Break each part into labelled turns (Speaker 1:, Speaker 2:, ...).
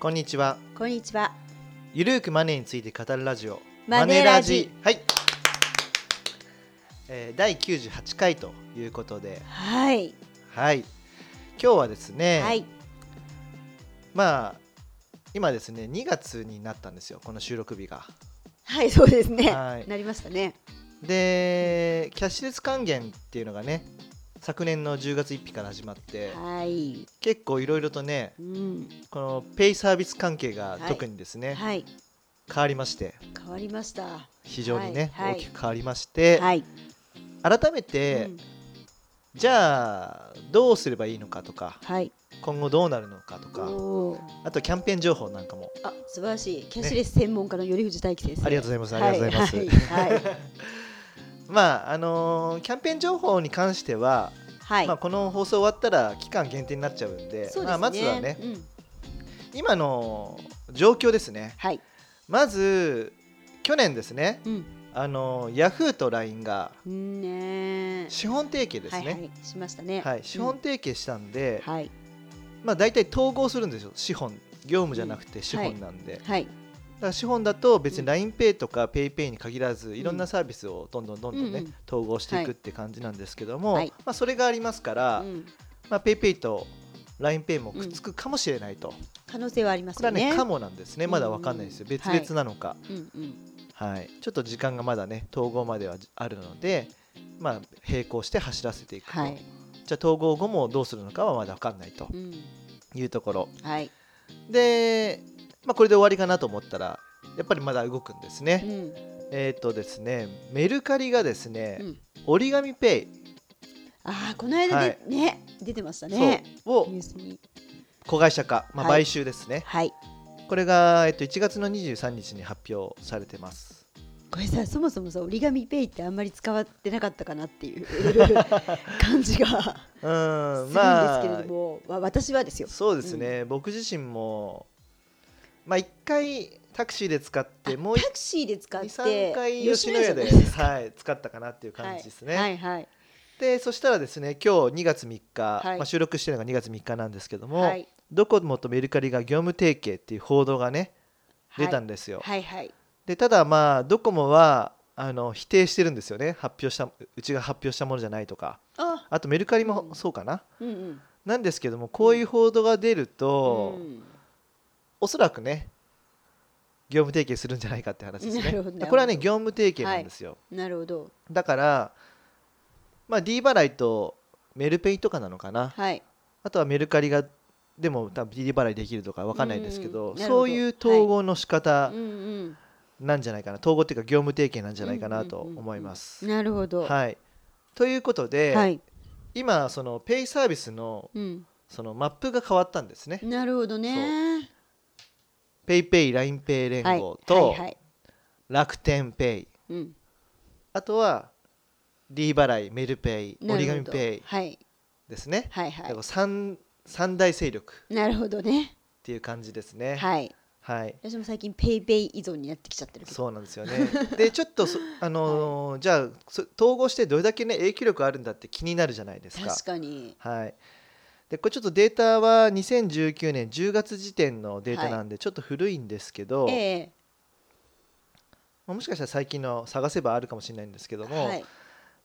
Speaker 1: こんにちは。
Speaker 2: こんにちは。
Speaker 1: ゆるーくマネーについて語るラジオ。
Speaker 2: マネラジ
Speaker 1: はい。えー、第98回ということで、
Speaker 2: はい。
Speaker 1: はい。今日はですね、
Speaker 2: はい。
Speaker 1: まあ今ですね2月になったんですよこの収録日が。
Speaker 2: はい、そうですね。
Speaker 1: はい
Speaker 2: なりましたね。
Speaker 1: でキャッシュレス還元っていうのがね昨年の10月1日から始まって
Speaker 2: はい。
Speaker 1: 結構いろいろとね
Speaker 2: うん。
Speaker 1: このペイサービス関係が
Speaker 2: はい
Speaker 1: 特にですね、
Speaker 2: はい。
Speaker 1: 変わりまして
Speaker 2: 変わりました。
Speaker 1: 非常にね、
Speaker 2: はいはい
Speaker 1: 大きく変わりまして、
Speaker 2: はい。
Speaker 1: 改めて、
Speaker 2: うん
Speaker 1: じゃあどうすればいいのかとか
Speaker 2: はい。
Speaker 1: 今後どうなるのかとか
Speaker 2: おお。
Speaker 1: あとキャンペーン情報なんかも
Speaker 2: あ、素晴らしい。キャッシュレス専門家の頼藤大樹先生。
Speaker 1: ありがとうございますありがとうございます
Speaker 2: はい。はい。
Speaker 1: まああのーキャンペーン情報に関しては
Speaker 2: はい
Speaker 1: まあ、この放送終わったら期間限定になっちゃうんで
Speaker 2: そうですね。
Speaker 1: まあ、まずはね、
Speaker 2: うん。
Speaker 1: 今の状況ですね
Speaker 2: はい。
Speaker 1: まず去年ですね
Speaker 2: うん。
Speaker 1: あのヤフーと LINE が
Speaker 2: うんねー。
Speaker 1: 資本提携ですね、は
Speaker 2: はいいはい。しましたね。
Speaker 1: 資本提携したんで、
Speaker 2: はい。
Speaker 1: まあ、大体統合するんですよ資本業務じゃなくて資本なんで、だ
Speaker 2: はい。
Speaker 1: から資本だと別
Speaker 2: う
Speaker 1: に
Speaker 2: ん
Speaker 1: LINEPay とか PayPay に限らず
Speaker 2: ん
Speaker 1: いろんなサービスをどんどんどんどんね、
Speaker 2: うんうん
Speaker 1: 統合していくって感じなんですけども、
Speaker 2: はい
Speaker 1: まあ、それがありますから
Speaker 2: う、ん。
Speaker 1: まあ、PayPay と LINEPay もくっつくかもしれないと、
Speaker 2: 可能性はありま
Speaker 1: こ
Speaker 2: す
Speaker 1: れは
Speaker 2: よ
Speaker 1: ね
Speaker 2: ね。
Speaker 1: かもなんですねまだわかんないですよ
Speaker 2: うん
Speaker 1: 別々なのか、
Speaker 2: うんうん。
Speaker 1: はい、ちょっと時間がまだね統合まではあるので、まあ、並行して走らせていくと、
Speaker 2: はい。
Speaker 1: じゃあ統合後もどうするのかはまだ分かんないと
Speaker 2: うん。
Speaker 1: いうところ
Speaker 2: はい。
Speaker 1: で、まあ、これで終わりかなと思ったらやっぱりまだ動くんです
Speaker 2: う
Speaker 1: ね、
Speaker 2: ん。
Speaker 1: えっ、とですねメルカリがですね、
Speaker 2: うん。
Speaker 1: 折り紙ペイ、
Speaker 2: ああこの間で、ね出てましたね。
Speaker 1: そうを
Speaker 2: ニュースに
Speaker 1: 子会社化、まあ、
Speaker 2: はい
Speaker 1: 買収ですね、
Speaker 2: はい。
Speaker 1: これが、えっと1月の23日に発表されてます
Speaker 2: これさそもそもさ折り紙ペイってあんまり使わってなかったかなっ ていう感じがす
Speaker 1: うー
Speaker 2: るん
Speaker 1: ん
Speaker 2: です
Speaker 1: まあ
Speaker 2: けれども、わ私はですよ。
Speaker 1: そうですね、僕自身も、まあ、1回タクシーで使ってもう
Speaker 2: タクシーで使って
Speaker 1: 23回吉野家ではい、使ったかなっていう感じですね、
Speaker 2: はいはい
Speaker 1: でそしたらですね今日2月3日、
Speaker 2: はい
Speaker 1: まあ、収録してるのが2月3日なんですけども、
Speaker 2: はい
Speaker 1: ドコモとメルカリが業務提携っていう報道がね
Speaker 2: はい
Speaker 1: 出たんですよ、
Speaker 2: はいはい
Speaker 1: でただまあドコモはあの否定してるんですよね発表したうちが発表したものじゃないとか
Speaker 2: あ
Speaker 1: あとメルカリも
Speaker 2: うん
Speaker 1: そうかな、
Speaker 2: うんうん
Speaker 1: なんですけどもこういう報道が出ると、
Speaker 2: うん
Speaker 1: おそらくね業務提携するんじゃないかって話です
Speaker 2: なる
Speaker 1: ね
Speaker 2: ほど
Speaker 1: これはね業務提携なんですよ、
Speaker 2: なるほど
Speaker 1: だからまあ D 払いとメルペイとかなのかな
Speaker 2: はい
Speaker 1: あとはメルカリがでも多分 D 払いできるとかわかんないですけど,、
Speaker 2: うんなるほ
Speaker 1: そ
Speaker 2: ど
Speaker 1: ういう統合の仕方
Speaker 2: うんうん
Speaker 1: なんじゃないかな、統合っていうか業務提携なんじゃないかなと思います、
Speaker 2: なるほど
Speaker 1: はいということで、
Speaker 2: はい
Speaker 1: 今そのペイサービスの
Speaker 2: うん
Speaker 1: そのマップが変わったんですね、
Speaker 2: なるほどね
Speaker 1: ペイペイラインペイ連
Speaker 2: はい
Speaker 1: 合
Speaker 2: はい
Speaker 1: と
Speaker 2: はい
Speaker 1: 楽天ペイ
Speaker 2: うん
Speaker 1: あとは D 払いメルペイ
Speaker 2: な
Speaker 1: 折
Speaker 2: る
Speaker 1: り
Speaker 2: ほど
Speaker 1: 紙ペイ
Speaker 2: はい
Speaker 1: ですね、
Speaker 2: はい
Speaker 1: だ
Speaker 2: は
Speaker 1: か
Speaker 2: い
Speaker 1: ら三三大勢力っ
Speaker 2: なるほどね。
Speaker 1: ていう感じですねはい、
Speaker 2: はい。私も最近ペイペイ依存になってきちゃってるけど。
Speaker 1: そうなんですよ ねでちょっとそあのーじゃあそ統合してどれだけね影響力あるんだって気になるじゃないですか
Speaker 2: 確かに。
Speaker 1: はいでこれちょっとデータは2019年10月時点のデータなんでちょっと古いんですけど、
Speaker 2: ええ
Speaker 1: まあもしかしたら最近の探せばあるかもしれないんですけども、
Speaker 2: はい。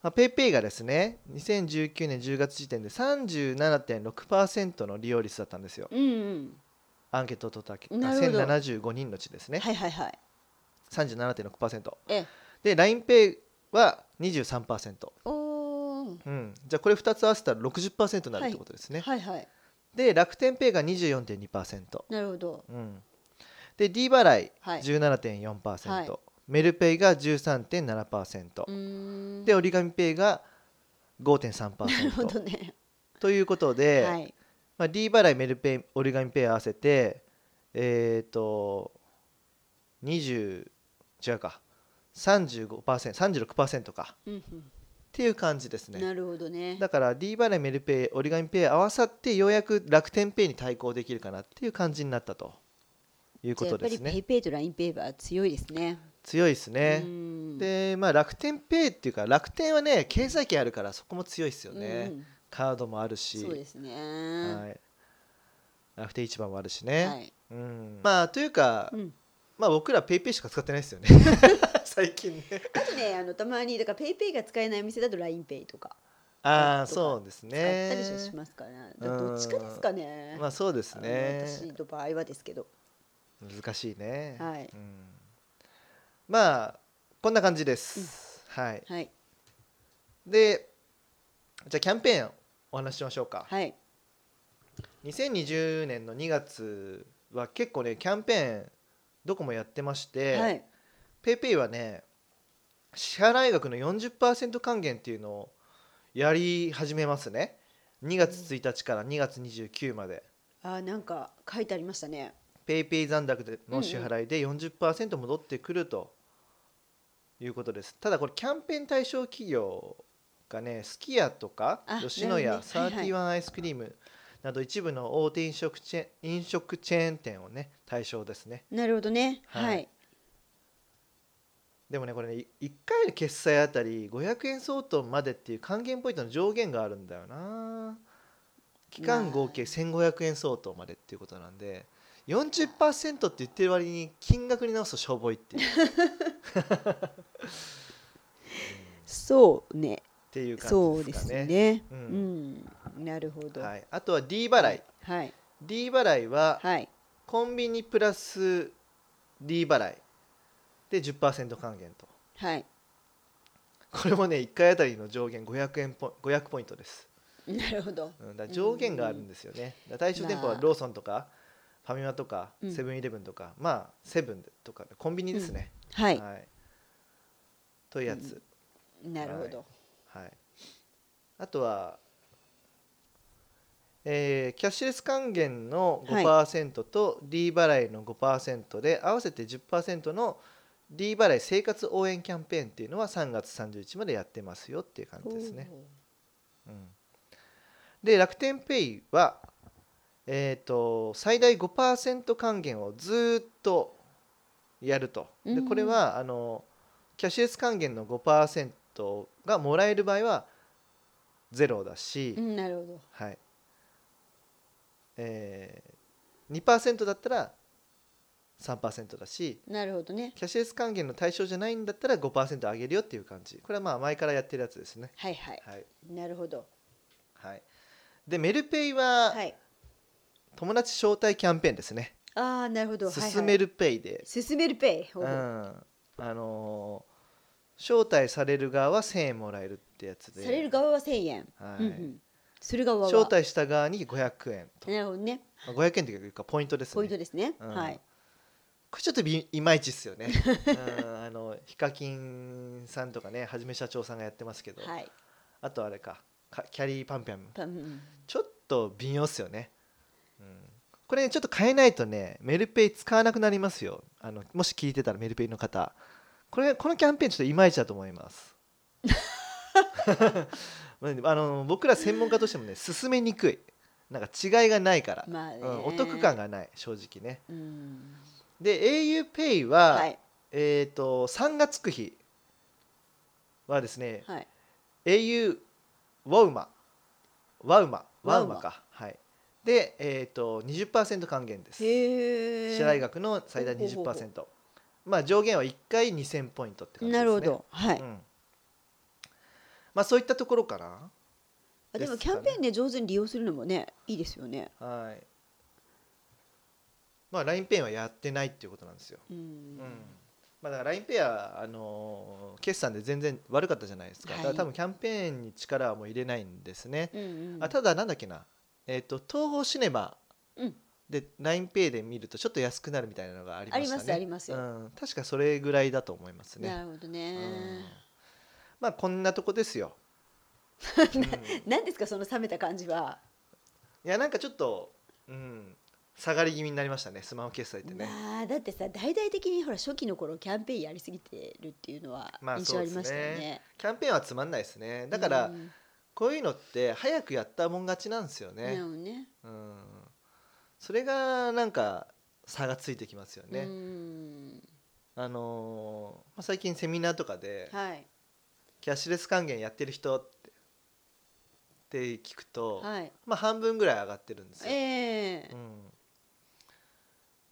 Speaker 1: まあ、ペイペイがですね2019年10月時点で37.6%の利用率だったんですよ
Speaker 2: うんうん。
Speaker 1: アンケートを取ったけ
Speaker 2: なるほど
Speaker 1: 1075人のうちですね、
Speaker 2: はいはいはい。
Speaker 1: 37.6%
Speaker 2: ええ。
Speaker 1: で LINEPay は23%、
Speaker 2: おお。
Speaker 1: うん、じゃあこれ2つ合わせたら60%になるってことですね、
Speaker 2: はいはい。
Speaker 1: で楽天ペイが24.2%、
Speaker 2: なるほど。
Speaker 1: うん、で D 払い
Speaker 2: はい
Speaker 1: 17.4%、
Speaker 2: はい
Speaker 1: メルペイが13.7%
Speaker 2: う、ーん。
Speaker 1: で折り紙ペイが5.3%
Speaker 2: なるほどね。
Speaker 1: ということで、
Speaker 2: はい。
Speaker 1: まあ、D 払いメルペイ折り紙ペイ合わせてえっ、ー、と20違うか 35%36% かっ
Speaker 2: うん
Speaker 1: ていう感じです
Speaker 2: うん。
Speaker 1: ね
Speaker 2: なるほどね。
Speaker 1: だから D 払いメルペイ折り紙ペイ合わさってようやく楽天ペイに対抗できるかなっていう感じになったというこ
Speaker 2: じゃあや
Speaker 1: とで
Speaker 2: っぱり
Speaker 1: す
Speaker 2: ペイ
Speaker 1: ね
Speaker 2: ペイとラインペイは強いですね。
Speaker 1: 強いですね
Speaker 2: う、ん。
Speaker 1: でまあ楽天ペイっていうか楽天はね経済圏あるからそこも強いですよ
Speaker 2: うんう
Speaker 1: ね、
Speaker 2: ん。
Speaker 1: カードもあるし
Speaker 2: そうですね。
Speaker 1: はい、楽天市場もあるし
Speaker 2: は
Speaker 1: ね、
Speaker 2: い
Speaker 1: うん、まあというか、
Speaker 2: うん
Speaker 1: まあ僕らペイペイしか使ってない ですよね最近ね
Speaker 2: あとねあのたまにだからペイペイが使えないお店だと l i n e イとか
Speaker 1: ああそうです
Speaker 2: 使った
Speaker 1: ね
Speaker 2: りしますから、ね、だからどっちかですかね,、
Speaker 1: まあそうですね
Speaker 2: 私の場合はですけど
Speaker 1: 難しいね、
Speaker 2: はい
Speaker 1: うん、まあこんな感じです、はい
Speaker 2: はい
Speaker 1: でじゃあキャンペーンお話ししましょうか、
Speaker 2: はい
Speaker 1: 2020年の2月は結構ねキャンペーンどこもやってまして、
Speaker 2: はい
Speaker 1: ペイペイはね支払額の40%還元っていうのをやり始めますね2月1日から2月29まで
Speaker 2: あーなんか書いてありましたね
Speaker 1: ペイペイ残高での支払いで40%戻ってくるということです、ただこれキャンペーン対象企業がねすき家とか
Speaker 2: あ
Speaker 1: 吉野家
Speaker 2: なるほ
Speaker 1: サー
Speaker 2: どね
Speaker 1: テ
Speaker 2: はいはい
Speaker 1: ィワンアイスクリームなど一部の大手飲食チェーン飲食チェーン店をね対象ですね
Speaker 2: なるほどねはい、
Speaker 1: はいでもねこれね1回の決済あたり500円相当までっていう還元ポイントの上限があるんだよな期間合計1500円相当までっていうことなんで40%って言ってる割に金額に直すとしょぼいっていうっ
Speaker 2: そうね
Speaker 1: ていう
Speaker 2: そ
Speaker 1: 感
Speaker 2: う
Speaker 1: じで
Speaker 2: ですす
Speaker 1: かね
Speaker 2: ね
Speaker 1: う
Speaker 2: うんん、なるほど
Speaker 1: はいい、あとは D 払い
Speaker 2: はい
Speaker 1: D 払いは
Speaker 2: はい
Speaker 1: コンビニプラス D 払いで10%還元と
Speaker 2: はい
Speaker 1: これもね1回あたりの上限500円ポ500ポイントです
Speaker 2: なるほど
Speaker 1: うん、だから上限があるんですよね、だから対象店舗は
Speaker 2: まあ
Speaker 1: ローソンとかファミマとか
Speaker 2: うん
Speaker 1: セブンイレブンとか、まあセブンとかコンビニですね、
Speaker 2: はい
Speaker 1: というやつ、
Speaker 2: なるほど
Speaker 1: はい、あとは、えーキャッシュレス還元の
Speaker 2: はい
Speaker 1: 5%と D 払いの5%で合わせて10%の D 払い生活応援キャンペーンっていうのは3月31日までやってますよっていう感じですね。うんで楽天ペイは、えー、と最大5%還元をずーっとやると
Speaker 2: うん
Speaker 1: で
Speaker 2: うん
Speaker 1: これはあのキャッシュレス還元の5%がもらえる場合はゼロだし、
Speaker 2: うんなるほど
Speaker 1: はいえー、2%だったら3%だし
Speaker 2: なるほどね
Speaker 1: キャッシュレス還元の対象じゃないんだったら5%上げるよっていう感じこれはまあ前からやってるやつですね。
Speaker 2: はいはい
Speaker 1: はい
Speaker 2: なるほど
Speaker 1: はい、でメルペイは
Speaker 2: はい
Speaker 1: 友達招待キャンペーンですね
Speaker 2: ああなるほ
Speaker 1: 「
Speaker 2: ど
Speaker 1: 進め
Speaker 2: る
Speaker 1: るペイで」
Speaker 2: 進めるペイほう
Speaker 1: う
Speaker 2: ほうん
Speaker 1: あのー招待される側は1000円もらえるってやつで
Speaker 2: される側は1000円
Speaker 1: はい
Speaker 2: うんうんする側は
Speaker 1: 招待した側に500円と
Speaker 2: なるほどね
Speaker 1: まあ500円というかポイントですね
Speaker 2: ポイントですね
Speaker 1: うん
Speaker 2: はい
Speaker 1: これちょっとびいまいちです よね、うん、あのヒカキンさんとかねはじめ社長さんがやってますけど、
Speaker 2: はい
Speaker 1: あとあれかかキャリーパンピャン
Speaker 2: パン
Speaker 1: ちょっと微妙っすよね、うん、これねちょっと変えないとねメルペイ使わなくなりますよあのもし聞いてたらメルペイの方これこのキャンペーンちょっといまいちだと思います まああの僕ら専門家としてもね進めにくいなんか違いがないから、
Speaker 2: まあね
Speaker 1: うん、お得感がない正直ね
Speaker 2: うん
Speaker 1: で auPay は、
Speaker 2: はい
Speaker 1: えっ、と3がつく日はですね、
Speaker 2: はい
Speaker 1: au ワウマワウマワ
Speaker 2: ワ
Speaker 1: ウ
Speaker 2: ウマ
Speaker 1: マかはいでえっ、ー、と20%還元です支
Speaker 2: へえ
Speaker 1: 払額の最大
Speaker 2: ほうほうほう
Speaker 1: 20%まあ上限は1回2000ポイントって感じですね
Speaker 2: なるほどはい
Speaker 1: うん、まあそういったところかな
Speaker 2: あでも
Speaker 1: です
Speaker 2: キ
Speaker 1: か
Speaker 2: ャ
Speaker 1: ね
Speaker 2: ンペーンで上手に利用するのもねいいですよね。
Speaker 1: はいまあ LINEPay はやってないっていうことなんですよ、
Speaker 2: うん
Speaker 1: うんまあ、だから LINEPay はあのー決算で全然悪かったじゃないですか、
Speaker 2: はい
Speaker 1: だから多分キャンペーンに力はもう入れないんですね、
Speaker 2: うんうん
Speaker 1: あただなんだっけな、えー、と東宝シネマ
Speaker 2: うん
Speaker 1: で LINEPay で見るとちょっと安くなるみたいなのがありま
Speaker 2: あり
Speaker 1: した
Speaker 2: ま
Speaker 1: ね
Speaker 2: すありますよ。
Speaker 1: うん、確かそれぐらいだと思いますね
Speaker 2: なるほど
Speaker 1: うん
Speaker 2: ね。
Speaker 1: まあこんなとこです よ、うんい
Speaker 2: 何ですかその冷めた感じは。
Speaker 1: やなんかちょっと、うん、下がり気味になりましたねスマホ決済ってね、
Speaker 2: まあだってさ大々的にほら初期の頃キャンペーンやりすぎてるっていうのは
Speaker 1: まあ
Speaker 2: 印象ありましたよね。
Speaker 1: キャンペーンはつまんないですねだから
Speaker 2: うん
Speaker 1: こういうのって早くやったもん勝ちなんですよ
Speaker 2: なる
Speaker 1: ね
Speaker 2: ほ、どね。
Speaker 1: うん、それがなんか差がついてきますよね、
Speaker 2: うん
Speaker 1: あのーまあ最近セミナーとかで
Speaker 2: はい。
Speaker 1: キャッシュレス還元やってる人ってって聞くと、
Speaker 2: はい。
Speaker 1: まあ、半分ぐらい上がってるんですよ、
Speaker 2: え え
Speaker 1: うん、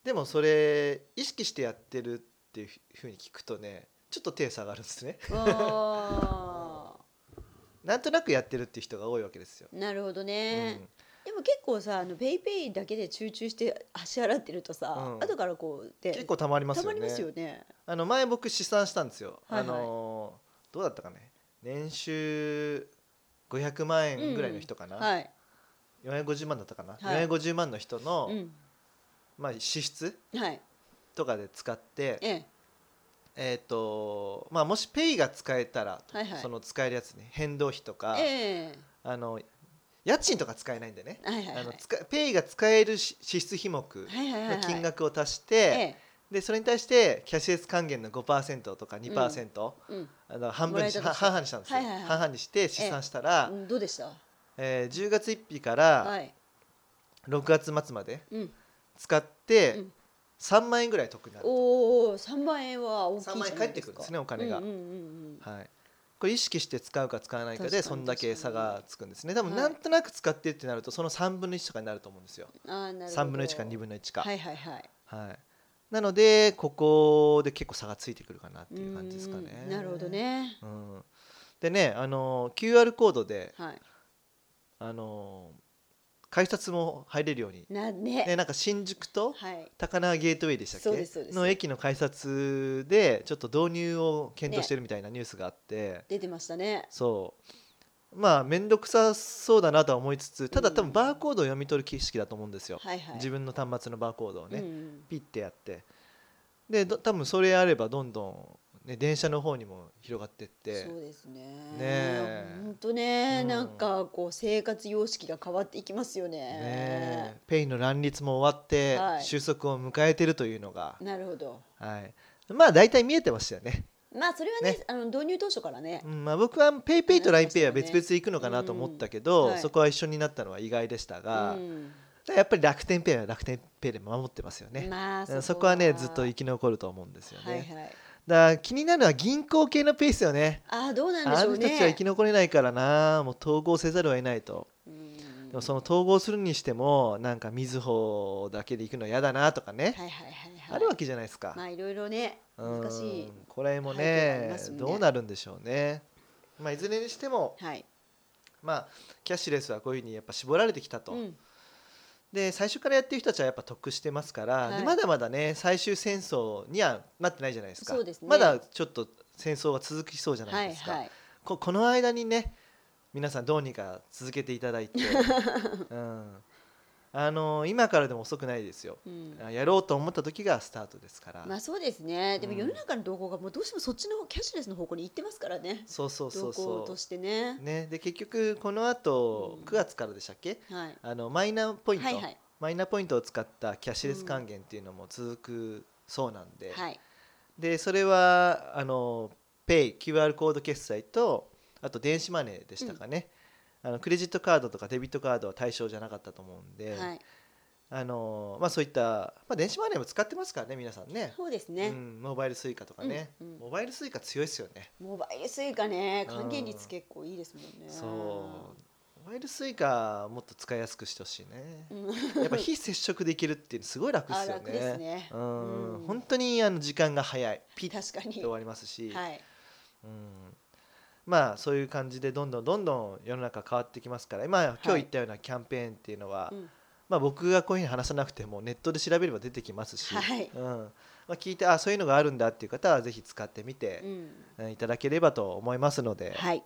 Speaker 1: でもそれ意識してやってるっていうふうに聞くとねちょっと手下がるん ですね
Speaker 2: あ
Speaker 1: なんとなくやってるっていう人が多いわけですよ、
Speaker 2: ーなるほど
Speaker 1: う
Speaker 2: ね。
Speaker 1: ん
Speaker 2: でも結構さあのペイペイだけで集中して支払ってるとさ、
Speaker 1: うん
Speaker 2: 後からこうで
Speaker 1: 結構たまりますよ
Speaker 2: たまり
Speaker 1: ね
Speaker 2: ますよね。
Speaker 1: あの前僕試算したんですよ、
Speaker 2: はいはい
Speaker 1: あのーどうだったかね年収500万円ぐらいの人かな、
Speaker 2: はい。
Speaker 1: 450万だったかな、
Speaker 2: はい
Speaker 1: 450万の人の、
Speaker 2: うん。
Speaker 1: まあ、支出
Speaker 2: はい。
Speaker 1: とかで使って
Speaker 2: ええ。
Speaker 1: えーとまあ、もしペイが使えたら、
Speaker 2: はいはい
Speaker 1: その使えるやつね変動費とか、
Speaker 2: え
Speaker 1: あの家賃とか使えないんでね、
Speaker 2: え。はいはいはい。
Speaker 1: あの使ペイが使えるし支出費目
Speaker 2: はいはいはいは
Speaker 1: の
Speaker 2: い。
Speaker 1: 金額を足し
Speaker 2: え
Speaker 1: て、
Speaker 2: え。
Speaker 1: でそれに対してキャッシュレス還元の5%とか2%、
Speaker 2: うん。
Speaker 1: あの半分にし
Speaker 2: もらえた
Speaker 1: 半
Speaker 2: として
Speaker 1: 半々にしたんですよ、
Speaker 2: はいはいはい
Speaker 1: 半々にして試算したら
Speaker 2: う、んどうでした。
Speaker 1: えー10月1日から
Speaker 2: はい。
Speaker 1: 6月末まで
Speaker 2: うん。
Speaker 1: 使って、
Speaker 2: うん
Speaker 1: 3万円ぐらい得になると
Speaker 2: おお、三万円は大きいじゃ
Speaker 1: 3
Speaker 2: な
Speaker 1: 万
Speaker 2: い
Speaker 1: 円
Speaker 2: ですか。
Speaker 1: 返ってくるんですねお金が、
Speaker 2: うんうんうんうん。
Speaker 1: はい、これ意識して使うか使わないか
Speaker 2: 確か
Speaker 1: で
Speaker 2: に
Speaker 1: そんだけ差がつくんですね多分
Speaker 2: はい
Speaker 1: なんとなく使ってってなるとその3分の1とかになると思うんですよ
Speaker 2: あーなるほど。
Speaker 1: 3分の1か2分の1か、
Speaker 2: はいはいはい。
Speaker 1: はい、なのでここで結構差がついてくるかなっていう感じですかね
Speaker 2: うんなるほど、ね。
Speaker 1: うん、でねあの QR コードで
Speaker 2: はい。
Speaker 1: あの改札も入れるように、
Speaker 2: なね。
Speaker 1: ね、なんか新宿と
Speaker 2: はい。
Speaker 1: 高輪ゲートウェイでしたっ
Speaker 2: そうですそうで
Speaker 1: け
Speaker 2: す
Speaker 1: の駅の改札でちょっと導入を検討してるみたいなニュースがあって、
Speaker 2: 出てましたね。
Speaker 1: そうまあ面倒くさそうだなとは思いつつただ
Speaker 2: うん
Speaker 1: 多分バーコードを読み取る形式だと思うんですよ、
Speaker 2: はいはい。
Speaker 1: 自分の端末のバーコードをね、
Speaker 2: うん
Speaker 1: ピッてやってでど多分それあればどんどん、ね、電車の方にも広がってっ
Speaker 2: うん。
Speaker 1: て
Speaker 2: そうですね。
Speaker 1: え
Speaker 2: 本当ね、
Speaker 1: うん
Speaker 2: なんかこう生活様式が変わっていきますよね
Speaker 1: ね。ペイの乱立も終わって
Speaker 2: はい
Speaker 1: 収束を迎えてるというのが、
Speaker 2: なるほど。
Speaker 1: はい、まあ大体見えてましたよね、
Speaker 2: まあそれはね
Speaker 1: ね
Speaker 2: あの導入当初からね
Speaker 1: う。んまあ、僕はペイペイと l i n
Speaker 2: 話し
Speaker 1: e
Speaker 2: て
Speaker 1: p
Speaker 2: ま
Speaker 1: a は
Speaker 2: したよね
Speaker 1: 別々行くのかなと思ったけど、
Speaker 2: うんはい
Speaker 1: そこは一緒になったのは意外でしたが、
Speaker 2: うん
Speaker 1: やっぱり楽天ペイは楽天ペイで守ってますよね、
Speaker 2: まあ
Speaker 1: うんそこはねずっと生き残ると思うんですよね、
Speaker 2: はいはい。
Speaker 1: だから気になるのは銀行系のペースよね
Speaker 2: ああどうなんで
Speaker 1: あ
Speaker 2: しょ
Speaker 1: の
Speaker 2: う
Speaker 1: 人たちは生
Speaker 2: ね
Speaker 1: き。残れないからなもう統合せざるを得ないと、
Speaker 2: うん
Speaker 1: でもその統合するにしてもなんかみずほだけで行くの嫌だなとかね、
Speaker 2: はいはいはいはい。
Speaker 1: あるわけじゃないですか、
Speaker 2: まあいろいろね
Speaker 1: うん
Speaker 2: 難しい。
Speaker 1: これも
Speaker 2: 背景があり
Speaker 1: ね
Speaker 2: ますよね
Speaker 1: どうなるんでしょうね、まあ、いずれにしても、
Speaker 2: はい。
Speaker 1: まあ、キャッシュレスはこういうふうにやっぱ絞られてきたと、
Speaker 2: うん
Speaker 1: で最初からやってる人たちはやっぱ得してますから、
Speaker 2: はい
Speaker 1: でまだまだね最終戦争にはなってないじゃないですか
Speaker 2: そうですね
Speaker 1: まだちょっと戦争が続きそうじゃな
Speaker 2: はいい
Speaker 1: ですか、
Speaker 2: はい。
Speaker 1: ここの間にね皆さんどうにか続けていただい て、うん、あの今からでも遅くないですよ
Speaker 2: うん
Speaker 1: やろうと思った時がスタートですから、
Speaker 2: まあそうですね。でも
Speaker 1: うん
Speaker 2: 世の中の動向がもうどうしてもそっちの方キャッシュレスの方向に行ってますからね。
Speaker 1: そうそうそ
Speaker 2: 動
Speaker 1: う
Speaker 2: 向
Speaker 1: そ
Speaker 2: としてね
Speaker 1: う、。ね、で結局この後
Speaker 2: うん
Speaker 1: 9月からでしたっけ
Speaker 2: はい。
Speaker 1: あのマイナポイント、
Speaker 2: はいはい
Speaker 1: マイナポイントを使ったキャッシュレス還元っていうのも続くそうなんで、
Speaker 2: はい。
Speaker 1: でそれはあのペイ QR コード決済とあと電子マネーでしたかね、あのクレジットカードとかデビットカードは対象じゃなかったと思うんで、
Speaker 2: はい。
Speaker 1: あのまあ、そういった、まあ、電子マネーも使ってますからね皆さんね
Speaker 2: そうです
Speaker 1: う
Speaker 2: ね。
Speaker 1: ん、モバイルスイカとかね、
Speaker 2: うんうん
Speaker 1: モバイルスイカ強いですよね、
Speaker 2: モバイルスイカね還元
Speaker 1: う
Speaker 2: 率
Speaker 1: ん
Speaker 2: 結構いいですもんね。
Speaker 1: そうモバイルスイカもっと使いやすくしてほしい ね、
Speaker 2: うん。
Speaker 1: やっぱ非接触できるっていうのすごい楽で
Speaker 2: あ
Speaker 1: すよね
Speaker 2: 楽ですね。
Speaker 1: うん
Speaker 2: うん
Speaker 1: 本当にあの時間が早いピッて
Speaker 2: 確かに。
Speaker 1: 終
Speaker 2: は
Speaker 1: わりますし、
Speaker 2: い。
Speaker 1: うん、まあそういう感じでどんどんどんどん世の中変わってきますから今今日言ったようなキャンペーンっていうのは、
Speaker 2: うん
Speaker 1: まあ、僕がこういうふうに話さなくてもネットで調べれば出てきますし、
Speaker 2: はい
Speaker 1: うんまあ、聞いてあそういうのがあるんだっていう方はぜひ使ってみ
Speaker 2: う
Speaker 1: て、
Speaker 2: ん。
Speaker 1: うんいただければと思いますので、
Speaker 2: はい。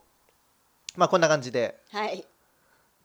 Speaker 1: まあ、こんな感じで
Speaker 2: はい。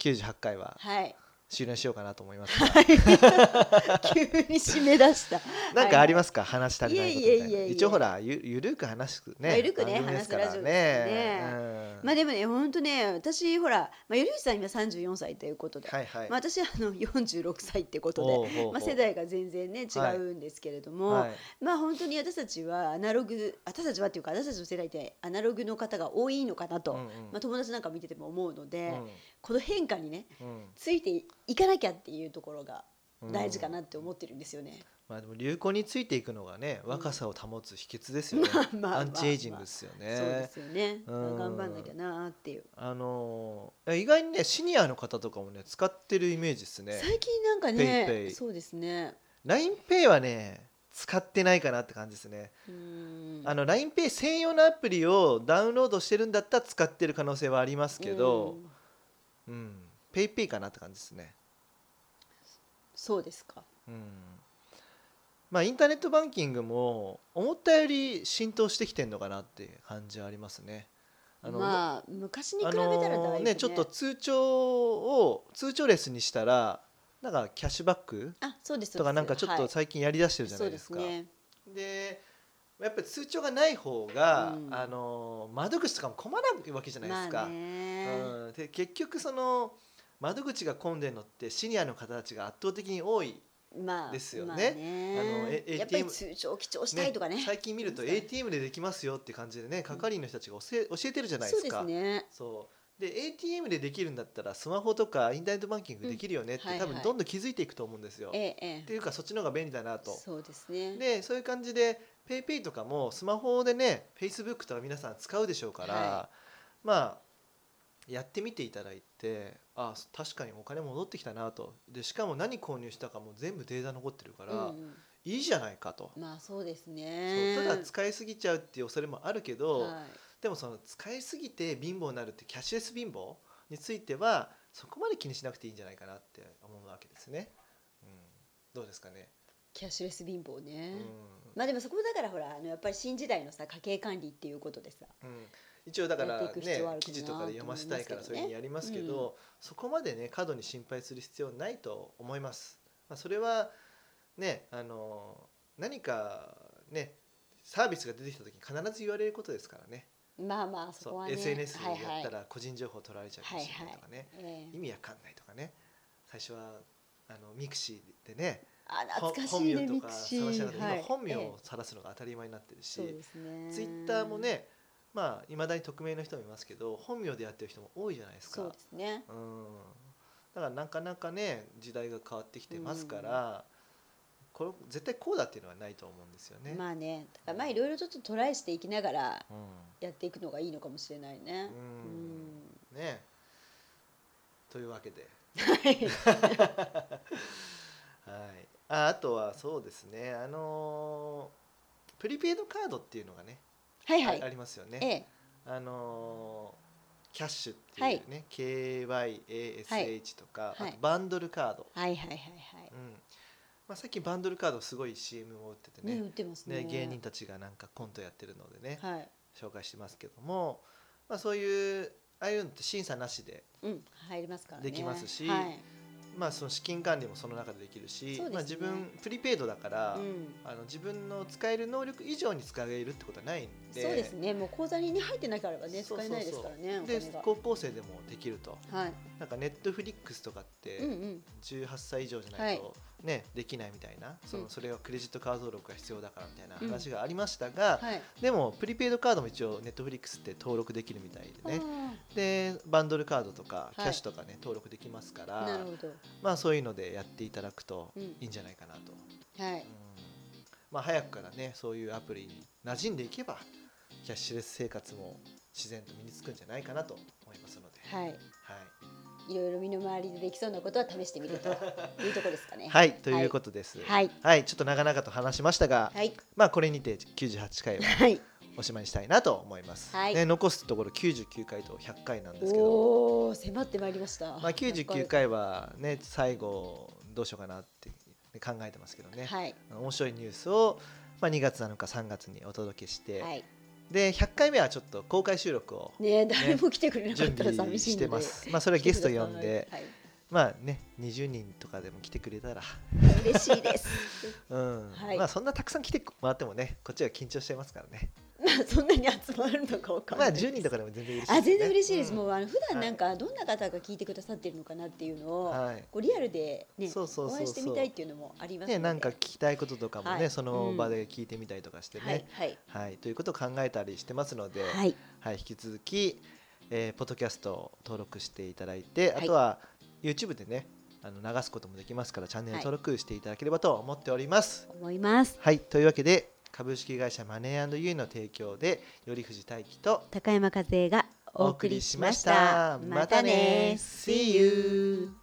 Speaker 1: 98回は
Speaker 2: はい。
Speaker 1: 終了しようかなと思います。
Speaker 2: 急に締め出した。
Speaker 1: なんかありますか、話したりないことみたい
Speaker 2: いえいえい
Speaker 1: な
Speaker 2: えいえ
Speaker 1: 一応ほらゆゆるく話すね
Speaker 2: まあゆるくね
Speaker 1: 番組ですから
Speaker 2: 話すラジオですから
Speaker 1: ね、うん
Speaker 2: まあでもね、本当ね、私ほら、まあ、よりさん今三十四歳ということで。
Speaker 1: はいはい、
Speaker 2: まあ、私はあの四十六歳ってこと
Speaker 1: ほうほうほ
Speaker 2: で、
Speaker 1: う
Speaker 2: まあ、世代が全然ね、違
Speaker 1: はい
Speaker 2: うんですけれども。
Speaker 1: はい
Speaker 2: まあ、本当に私たちはアナログ、私たちはっていうか、私たちの世代ってアナログの方が多いのかなと。
Speaker 1: うんうん
Speaker 2: まあ、友達なんか見てても思うので、
Speaker 1: う
Speaker 2: この変化にね、
Speaker 1: んうん
Speaker 2: ついていかなきゃっていうところが。大事か
Speaker 1: うん
Speaker 2: なって思ってるんですよね。
Speaker 1: まあでも流行についていくのがね若さを保つ秘訣ですよね、
Speaker 2: まあまあ
Speaker 1: アンチエイジングですよ
Speaker 2: そうで
Speaker 1: ね
Speaker 2: すよね、
Speaker 1: うん
Speaker 2: 頑張んなきゃなーっていう、
Speaker 1: あのー意外にねシニアの方とかもね使ってるイメージですね
Speaker 2: 最近なんかね
Speaker 1: ペイペイ
Speaker 2: そうですね
Speaker 1: l i n e イはね使ってないかなって感じですね、
Speaker 2: うーん
Speaker 1: あの l i n e イ専用のアプリをダウンロードしてるんだったら使ってる可能性はありますけど
Speaker 2: う
Speaker 1: う
Speaker 2: ん
Speaker 1: ん、ペイペイかなって感じですね
Speaker 2: そうですか
Speaker 1: うんまあインターネットバンキングも思ったより浸透してきてるのかなっていう感じはありますね。あの
Speaker 2: まあ昔に比
Speaker 1: あ
Speaker 2: べたらだいぶ
Speaker 1: の
Speaker 2: ね
Speaker 1: ねちょっと通帳を通帳レスにしたらなんかキャッシュバック
Speaker 2: あそうです
Speaker 1: とかなんかちょっと
Speaker 2: そう
Speaker 1: 最近やりだしてる
Speaker 2: で
Speaker 1: じゃ
Speaker 2: すは
Speaker 1: ないいです
Speaker 2: そう
Speaker 1: か。
Speaker 2: ですね
Speaker 1: でやっぱり通帳がない方が、
Speaker 2: うん
Speaker 1: あの窓口とかも困らないわけじゃないですか。
Speaker 2: まあね
Speaker 1: うん、で結局その窓口が混んでるのってシニアの方たちが圧倒的に多い
Speaker 2: まあ
Speaker 1: ですよね
Speaker 2: まあ
Speaker 1: あのえ ATM
Speaker 2: やっぱり通常記帳したいとかね
Speaker 1: 最近見ると
Speaker 2: そうですね
Speaker 1: ATM でできますよって感じでね係員の人たちが教え教えてるじゃないで
Speaker 2: そう
Speaker 1: す
Speaker 2: で
Speaker 1: か。
Speaker 2: すね
Speaker 1: そうで ATM でできるんだったらスマホとかインターネットバンキングできるよねって、
Speaker 2: うんはい
Speaker 1: 多
Speaker 2: は
Speaker 1: 分
Speaker 2: い
Speaker 1: どんどん気づいていくと思うんですよ。
Speaker 2: え
Speaker 1: っ
Speaker 2: ええ
Speaker 1: て
Speaker 2: え
Speaker 1: いうかそっちの方が便利だなと。
Speaker 2: そうですね
Speaker 1: でそういう感じで PayPay とかもスマホでね Facebook とか皆さん使うでしょうから、
Speaker 2: は
Speaker 1: まあやってみていただいてあ確かにお金戻ってきたなとでしかも何購入したかも全部データ残ってるから、
Speaker 2: うん
Speaker 1: いいじゃないかと
Speaker 2: う。んまあそうです
Speaker 1: そう
Speaker 2: ね
Speaker 1: ただ使いすぎちゃうっていう恐れもあるけど、
Speaker 2: はい
Speaker 1: でもその使いすぎて貧乏になるってキャッシュレス貧乏についてはそこまで気にしなくていいんじゃないかなって思うわけですね。うん、どうですかね。
Speaker 2: キャッシュレス貧乏
Speaker 1: う
Speaker 2: ね
Speaker 1: ん
Speaker 2: まあでもそこもだからほらあのやっぱり新時代のさ家計管理っていうことでさ
Speaker 1: うん、一応だか
Speaker 2: や
Speaker 1: ら
Speaker 2: っていく必
Speaker 1: ね
Speaker 2: 要はあるか
Speaker 1: 記
Speaker 2: な
Speaker 1: 事とかで読ませたいから
Speaker 2: と
Speaker 1: そう
Speaker 2: 思
Speaker 1: いう
Speaker 2: い
Speaker 1: ふ
Speaker 2: ますけ
Speaker 1: う
Speaker 2: どね
Speaker 1: にやりますけど、そこまでね過度に心配する必要ないと思います。まあ、それはねあの何かねサービスが出てきた時に必ず言われることですからね。
Speaker 2: まあまあそこ
Speaker 1: そ
Speaker 2: は
Speaker 1: う
Speaker 2: ね
Speaker 1: SNS
Speaker 2: はい
Speaker 1: や
Speaker 2: は
Speaker 1: っ
Speaker 2: い
Speaker 1: たら個人情報取られちゃうかもしれないとかね。
Speaker 2: ええ
Speaker 1: 意味わかんないとかね最初はあのミクシーでね
Speaker 2: あ
Speaker 1: ほ
Speaker 2: 懐かし
Speaker 1: 本
Speaker 2: い
Speaker 1: 名
Speaker 2: ね
Speaker 1: と
Speaker 2: ミ
Speaker 1: か
Speaker 2: ク
Speaker 1: 探
Speaker 2: シー
Speaker 1: してなかった、今本名
Speaker 2: ええ
Speaker 1: を晒すのが当たり前になってるし、
Speaker 2: そうですね
Speaker 1: ツイッターもねまあいまだに匿名の人もいますけど本名でやってる人も多いじゃないですか
Speaker 2: そうですね
Speaker 1: うんだからなかなかね時代が変わってきてますから、これ絶対こうだっていうのはないと思うんですよね。
Speaker 2: まあねだからまあいろいろちょっとトライしていきながら
Speaker 1: う
Speaker 2: やっていくのがいいのかもしれないね
Speaker 1: ん、
Speaker 2: う
Speaker 1: うん
Speaker 2: ん
Speaker 1: ねというわけで。
Speaker 2: はい
Speaker 1: はい、ああとはそうですね、あのープリペイドカードっていうのがね、
Speaker 2: はい
Speaker 1: ああ
Speaker 2: はい
Speaker 1: りますよ
Speaker 2: え
Speaker 1: ね、
Speaker 2: え
Speaker 1: あのーキャッシュっていうね、KYASH とか、
Speaker 2: はい
Speaker 1: あとバンドルカード、
Speaker 2: はいはいは
Speaker 1: うん
Speaker 2: い
Speaker 1: まあ、最近バンドルカードすごい CM も打ってて
Speaker 2: はいね
Speaker 1: ね
Speaker 2: 売ってます
Speaker 1: ね
Speaker 2: ね
Speaker 1: 芸人たちがなんかコントやってるのでね、
Speaker 2: はい
Speaker 1: 紹介してますけども、まあ、そういうああいうのって審査なしで、
Speaker 2: うん入りますからね
Speaker 1: できますし
Speaker 2: はい
Speaker 1: まあ、その資金管理もその中でできるし、
Speaker 2: そうですね
Speaker 1: まあ、自分プリペイドだから、
Speaker 2: うん
Speaker 1: あの自分の使える能力以上に使えるってことはないんで
Speaker 2: そうですねもう口座にね入ってなければね
Speaker 1: そうそうそう
Speaker 2: 使えないですからねお金
Speaker 1: で
Speaker 2: が
Speaker 1: 高校生でもできると
Speaker 2: はい
Speaker 1: なんかネットフリックスとかって
Speaker 2: うんうん
Speaker 1: 18歳以上じゃないと、ねできないみたいなその、
Speaker 2: うん
Speaker 1: それはクレジットカード登録が必要だからみたいな話がありましたが、
Speaker 2: はい
Speaker 1: でもプリペイドカードも一応ネットフリックスって登録できるみたいでね
Speaker 2: あ
Speaker 1: でバンドルカードとか
Speaker 2: い
Speaker 1: キャッシュとかね、登録できますか
Speaker 2: あな
Speaker 1: ら
Speaker 2: るほど
Speaker 1: まあそういうのでやっていただくと
Speaker 2: うん
Speaker 1: いいんじゃないかなと
Speaker 2: はい
Speaker 1: うんまあ、早くからねそういうアプリに馴染んでいけばキャッシュレス生活も自然と身につくんじゃないかなと思いますので、
Speaker 2: はい
Speaker 1: はい
Speaker 2: いろいろ身の回りでできそうなことは試してみ るというところですかね。
Speaker 1: はいということです。
Speaker 2: はい。
Speaker 1: はいちょっと長々と話しましたが、
Speaker 2: はい。
Speaker 1: まあ、これにて98回は
Speaker 2: はい。
Speaker 1: おしまいにしたいなと思います。
Speaker 2: はい
Speaker 1: ね、残すところ99回と100回なんですけど、
Speaker 2: おお、迫ってまいりました。
Speaker 1: まあ、99回は、ね、最後どうしようかなって考えてますけどね、
Speaker 2: はい。
Speaker 1: 面白いニュースを、まあ、2月7日3月にお届けして、
Speaker 2: はい。
Speaker 1: で100回目はちょっと公開収録を
Speaker 2: ねえ、誰も来てくれなかっ
Speaker 1: 準
Speaker 2: たら寂
Speaker 1: 備
Speaker 2: しい
Speaker 1: し
Speaker 2: ので。
Speaker 1: てます。まあそれはゲスト呼んで、
Speaker 2: はい。
Speaker 1: まあね20人とかでも来てくれたら、
Speaker 2: 嬉し いです。
Speaker 1: うん、
Speaker 2: はい
Speaker 1: まあそんなたくさん来てもらってもね、こっちは緊張しちゃいますからね。
Speaker 2: まあそんなに集まるのかわかん
Speaker 1: ま
Speaker 2: な
Speaker 1: あ
Speaker 2: いです。
Speaker 1: 10人とかでも全然嬉しい、
Speaker 2: あ、全然嬉しいです。
Speaker 1: うん
Speaker 2: もうあの普段なんかどんな方が聞いてくださってるのかなっていうのを、
Speaker 1: はい。
Speaker 2: こうリアルでね、
Speaker 1: そうそうそうそう
Speaker 2: お会いしてみたいっていうのもありますの
Speaker 1: ね
Speaker 2: で。
Speaker 1: なんか聞きたいこととかもね、
Speaker 2: はい
Speaker 1: その場で聞いてみたりとかして
Speaker 2: はい
Speaker 1: ね、
Speaker 2: はい
Speaker 1: はい、ということを考えたりしてますので、は、
Speaker 2: はいい
Speaker 1: 引き続き、えーポッドキャストを登録していただいて、
Speaker 2: はい
Speaker 1: あとは YouTube でね、あの流すこともできますからチャンネル登録していただければと思っております。
Speaker 2: 思います
Speaker 1: はい、というわけで株式会社マネーユーの提供で頼藤大樹と
Speaker 2: 高山和恵がお
Speaker 1: お
Speaker 2: 送
Speaker 1: 送
Speaker 2: り
Speaker 1: り
Speaker 2: し
Speaker 1: し
Speaker 2: ま
Speaker 1: ま
Speaker 2: し
Speaker 1: したた。
Speaker 2: またね
Speaker 1: See you!